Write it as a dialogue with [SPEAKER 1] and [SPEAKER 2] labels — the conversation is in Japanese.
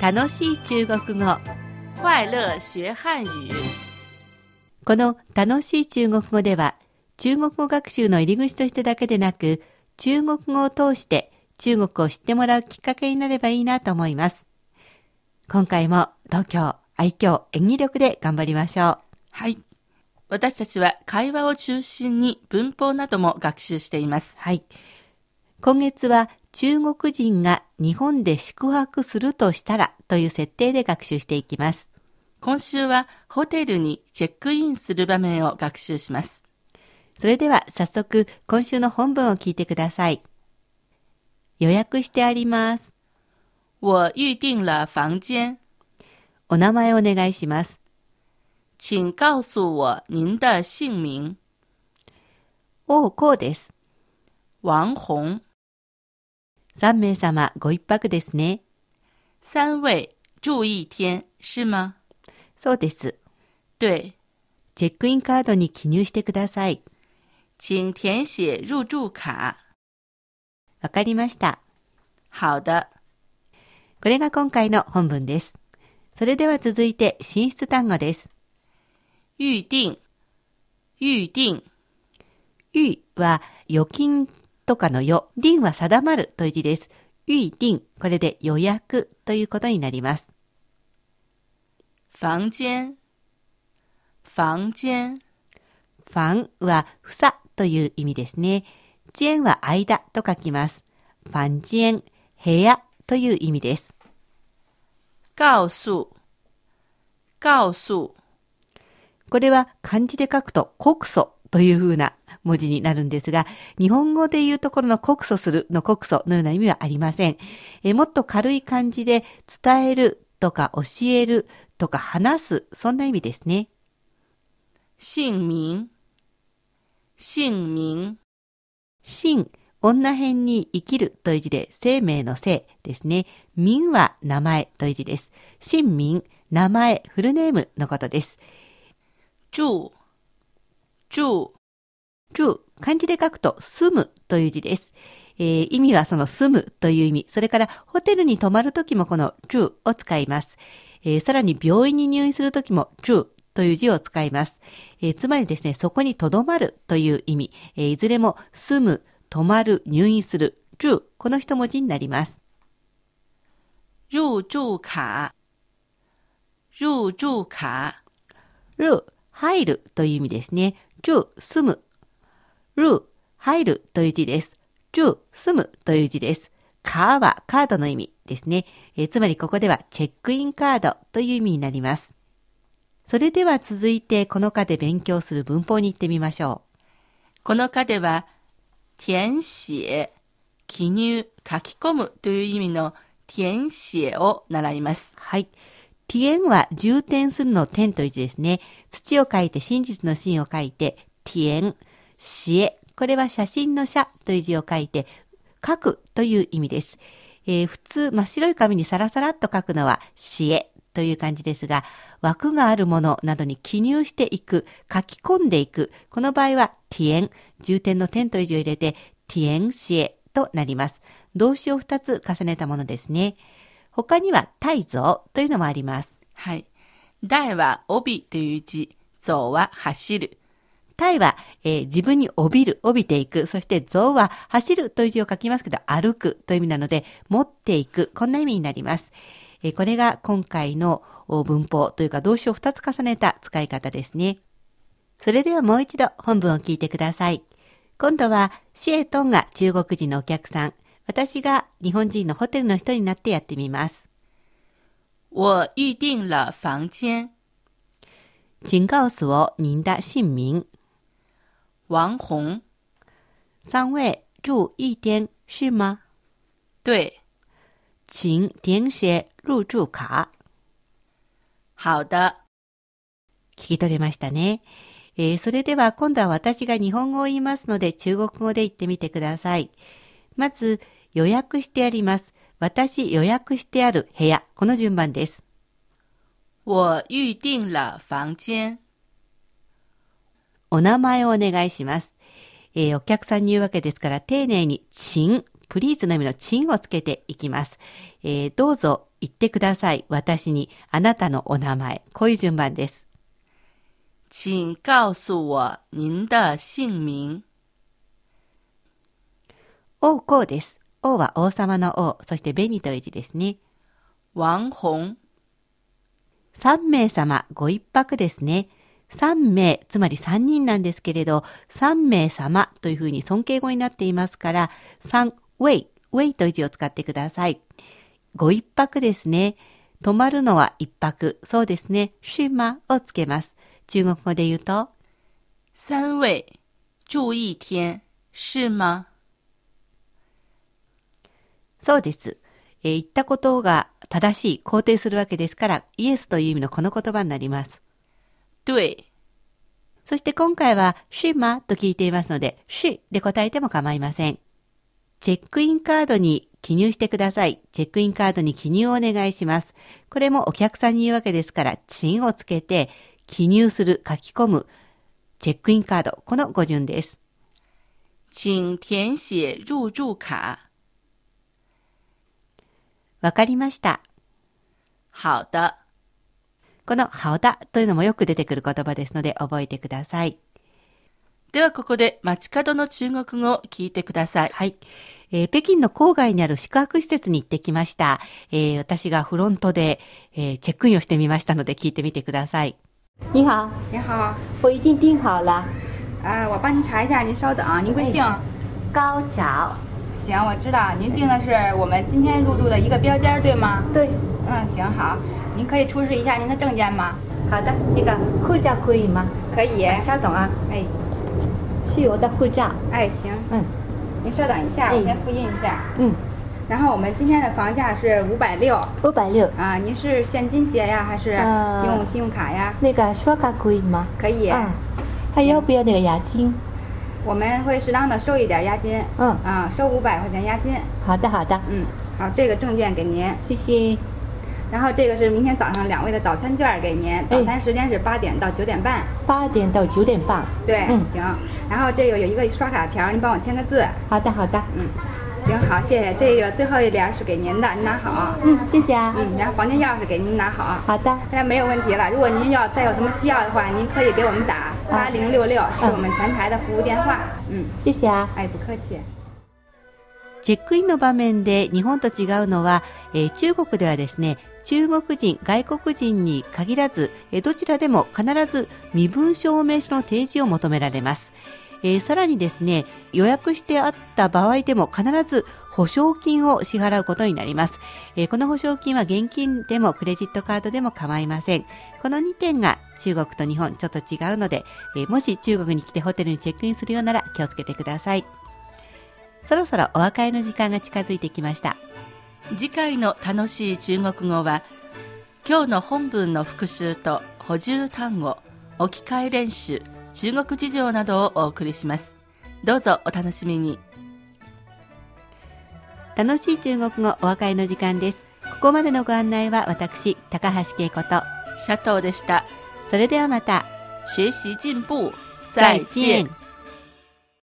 [SPEAKER 1] 楽しい中国語
[SPEAKER 2] 快乐学汉语。
[SPEAKER 1] この楽しい中国語では中国語学習の入り口としてだけでなく中国語を通して中国を知ってもらうきっかけになればいいなと思います。今回も度胸、愛嬌、演技力で頑張りましょう。
[SPEAKER 2] はい。私たちは会話を中心に文法なども学習しています。
[SPEAKER 1] はい。今月は中国人が日本で宿泊するとしたらという設定で学習していきます。
[SPEAKER 2] 今週はホテルにチェックインする場面を学習します。
[SPEAKER 1] それでは早速今週の本文を聞いてください。予約してあります。
[SPEAKER 2] 我预定了房间，
[SPEAKER 1] お名前お願いします。
[SPEAKER 2] 请告诉我您的姓名。
[SPEAKER 1] 王こうです。
[SPEAKER 2] 王红，
[SPEAKER 1] 3名様ご一泊ですね。
[SPEAKER 2] 三位住一天是吗？
[SPEAKER 1] そうです。
[SPEAKER 2] 对，
[SPEAKER 1] チェックインカードに記入してください。
[SPEAKER 2] 请填写入住卡。
[SPEAKER 1] わかりました。
[SPEAKER 2] 好的，
[SPEAKER 1] これが今回の本文です。それでは続いて進出単語です。
[SPEAKER 2] 预定，预定，
[SPEAKER 1] ゆいは預金とかのよ、りんは定まるという字です。ゆいりん、これで予約ということになります。
[SPEAKER 2] 房间，房间，
[SPEAKER 1] ファンは房という意味ですね。ジェンは間と書きます。ファンジェン、部屋という意味です。
[SPEAKER 2] 告诉，告诉，
[SPEAKER 1] これは漢字で書くと告訴という風な文字になるんですが、日本語で言うところの告訴するの告訴のような意味はありません。えーもっと軽い漢字で伝えるとか教えるとか話す、そんな意味ですね。
[SPEAKER 2] 姓名，姓名，
[SPEAKER 1] 真、女編に生きるという字で生命の生ですね。民は名前という字です。新民、名前、フルネームのことです。
[SPEAKER 2] 住，住，
[SPEAKER 1] 住、漢字で書くと住むという字です。えー意味はその住むという意味、それからホテルに泊まるときもこの住を使います。えーさらに病院に入院するときも住という字を使います。えーつまりですね、そこに留まるという意味、えーいずれも住む、泊まる、入院する、住、この一文字になります。
[SPEAKER 2] 入住卡，入住卡，
[SPEAKER 1] る、入るという意味ですね。住、住む。る、入るという字です。住、住むという字です。カーはカードの意味ですね。えーつまりここではチェックインカードという意味になります。それでは続いてこの課で勉強する文法に行ってみましょ
[SPEAKER 2] この課では、填写、記入、書き込むという意味の填写を習いま
[SPEAKER 1] う。
[SPEAKER 2] す。
[SPEAKER 1] はい。ティエンは充填するの点という字ですね。土を書いて真実の真を書いて、ティエン、シエ。これは写真の写という字を書いて、書くという意味です。えー普通、真っ白い紙にサラサラっと書くのは、シエという感じですが、枠があるものなどに記入していく、書き込んでいく。この場合は、ティエン、重点の点という字を入れて、ティエンシエとなります。動詞を2つ重ねたものですね。他には、タイゾウというのもあります。
[SPEAKER 2] はい。台は帯という字、走は走る。
[SPEAKER 1] タイは、えー自分に帯びる、帯びていく。そして、ゾウは走るという字を書きますけど、歩くという意味なので、持っていく。こんな意味になります。えーこれが今回のお文法というか動詞を2つ重ねた使い方ですね。それではもう一度本文を聞いてください。今度は、シエトンが中国人のお客さん。私が日本人のホテルの人になってやってみます。
[SPEAKER 2] 我预定了房间。
[SPEAKER 1] 请告诉我您的姓名。
[SPEAKER 2] 王红。
[SPEAKER 1] 三位住一天是吗？
[SPEAKER 2] 对。
[SPEAKER 1] 请填写入住卡。
[SPEAKER 2] 好的。
[SPEAKER 1] 聞き取れましたね。えーそれでは今度は私が日本語を言いますので中国語で言ってみてください。まず、予約してあります。私予約してある部屋。この順番です。
[SPEAKER 2] 我预定了房间。
[SPEAKER 1] お名前をお願いします。えーお客さんに言うわけですから、丁寧に、チン、プリーズの意味のチンをつけていきます。えーどうぞ、言ってください。私に、あなたのお名前。こういう順番です。
[SPEAKER 2] 请告诉我您的姓名。
[SPEAKER 1] 王公です。王は王様の王、そして紅という字ですね。
[SPEAKER 2] 王红，
[SPEAKER 1] 三名様、ご一泊ですね。三名、つまり三人なんですけれど、三名様というふうに尊敬語になっていますから、三、ウェイ、ウェイという字を使ってください。ご一泊ですね。泊まるのは一泊。そうですね。シュマをつけます。中国語で言うと、
[SPEAKER 2] 三位住一天是吗？
[SPEAKER 1] そうです。えー言ったことが正しい、肯定するわけですから、イエスという意味のこの言葉になります。
[SPEAKER 2] 对，
[SPEAKER 1] そして今回は、シマと聞いていますので、シで答えても構いません。チェックインカードに記入してください。チェックインカードに記入をお願いします。これもお客さんに言うわけですから、チンをつけて、記入する、書き込む、チェックインカード、この語順です。
[SPEAKER 2] 请填写入住卡。
[SPEAKER 1] わかりました。
[SPEAKER 2] 好的，
[SPEAKER 1] この、ハオダというのもよく出てくる言葉ですので、覚えてください。
[SPEAKER 2] ではここで街角の中国語を聞いてください。
[SPEAKER 1] はい。えー北京の郊外にある宿泊施設に行ってきました。えー私がフロントで、えーチェックインをしてみましたので聞いてみてください。
[SPEAKER 3] 你好，
[SPEAKER 4] 您好，
[SPEAKER 3] 我已经订好了。
[SPEAKER 4] 呃，我帮您查一下，您稍等
[SPEAKER 3] 哎
[SPEAKER 4] 啊，您贵姓？
[SPEAKER 3] 高脚，
[SPEAKER 4] 行，我知道您订的是我们今天入住的一个标间儿，对吗？
[SPEAKER 3] 对，
[SPEAKER 4] 嗯，行好，您可以出示一下您的证件吗？
[SPEAKER 3] 好的，那个护照可以吗？
[SPEAKER 4] 可以，哎
[SPEAKER 3] 稍等啊，是我的护照。
[SPEAKER 4] 哎行，
[SPEAKER 3] 嗯
[SPEAKER 4] 您稍等一下，
[SPEAKER 3] 哎
[SPEAKER 4] 我先复印一下。
[SPEAKER 3] 嗯，
[SPEAKER 4] 然后我们今天的房价是五百六
[SPEAKER 3] 五百六，
[SPEAKER 4] 啊，您是现金结呀，还是
[SPEAKER 3] 呃
[SPEAKER 4] 用信用卡呀？
[SPEAKER 3] 那个刷卡可以吗？
[SPEAKER 4] 可以，
[SPEAKER 3] 嗯，还要不要那个押金？
[SPEAKER 4] 我们会适当的收一点押金，
[SPEAKER 3] 嗯，
[SPEAKER 4] 啊，收五百块钱押金，
[SPEAKER 3] 好的好的，
[SPEAKER 4] 嗯，好，这个证件给您。
[SPEAKER 3] 谢谢。
[SPEAKER 4] 然后这个是明天早上两位的早餐券给您，早餐时间是八点到九点半。
[SPEAKER 3] 八点到九点半。
[SPEAKER 4] 对，
[SPEAKER 3] 嗯，
[SPEAKER 4] 行。然后这个有一个刷卡条，您帮我签个字。
[SPEAKER 3] 好的好的，
[SPEAKER 4] 嗯，行，好，谢谢。这个最后一联是给您的，您拿好。
[SPEAKER 3] 嗯，谢谢啊。
[SPEAKER 4] 嗯，然后房间钥匙给您拿好。
[SPEAKER 3] 好的，
[SPEAKER 4] 大家没有问题了。如果您要再有什么需要的话，您可以给我们打八零六六，是我们前台的服务电话。嗯，
[SPEAKER 3] 谢谢啊。
[SPEAKER 4] 哎，不客气。
[SPEAKER 1] チェックインの場面で日本と違うのは、えー中国ではですね、中国人、外国人に限らず、えーどちらでも必ず身分証明書の提示を求められます。えーさらにですね、予約してあった場合でも必ず保証金を支払うことになります。えーこの保証金は現金でもクレジットカードでも構いません。この2点が中国と日本ちょっと違うので、えーもし中国に来てホテルにチェックインするようなら気をつけてください。そろそろお別れの時間が近づいてきました。
[SPEAKER 2] 次回の楽しい中国語は今日の本文の復習と補充単語置き換え練習中国事情などをお送りしますどうぞお楽しみに
[SPEAKER 1] 楽しい中国語お別れの時間です。ここまでのご案内は私、高橋恵子と。
[SPEAKER 2] シャトーでした
[SPEAKER 1] それではまた。
[SPEAKER 2] 学習進步
[SPEAKER 1] 再见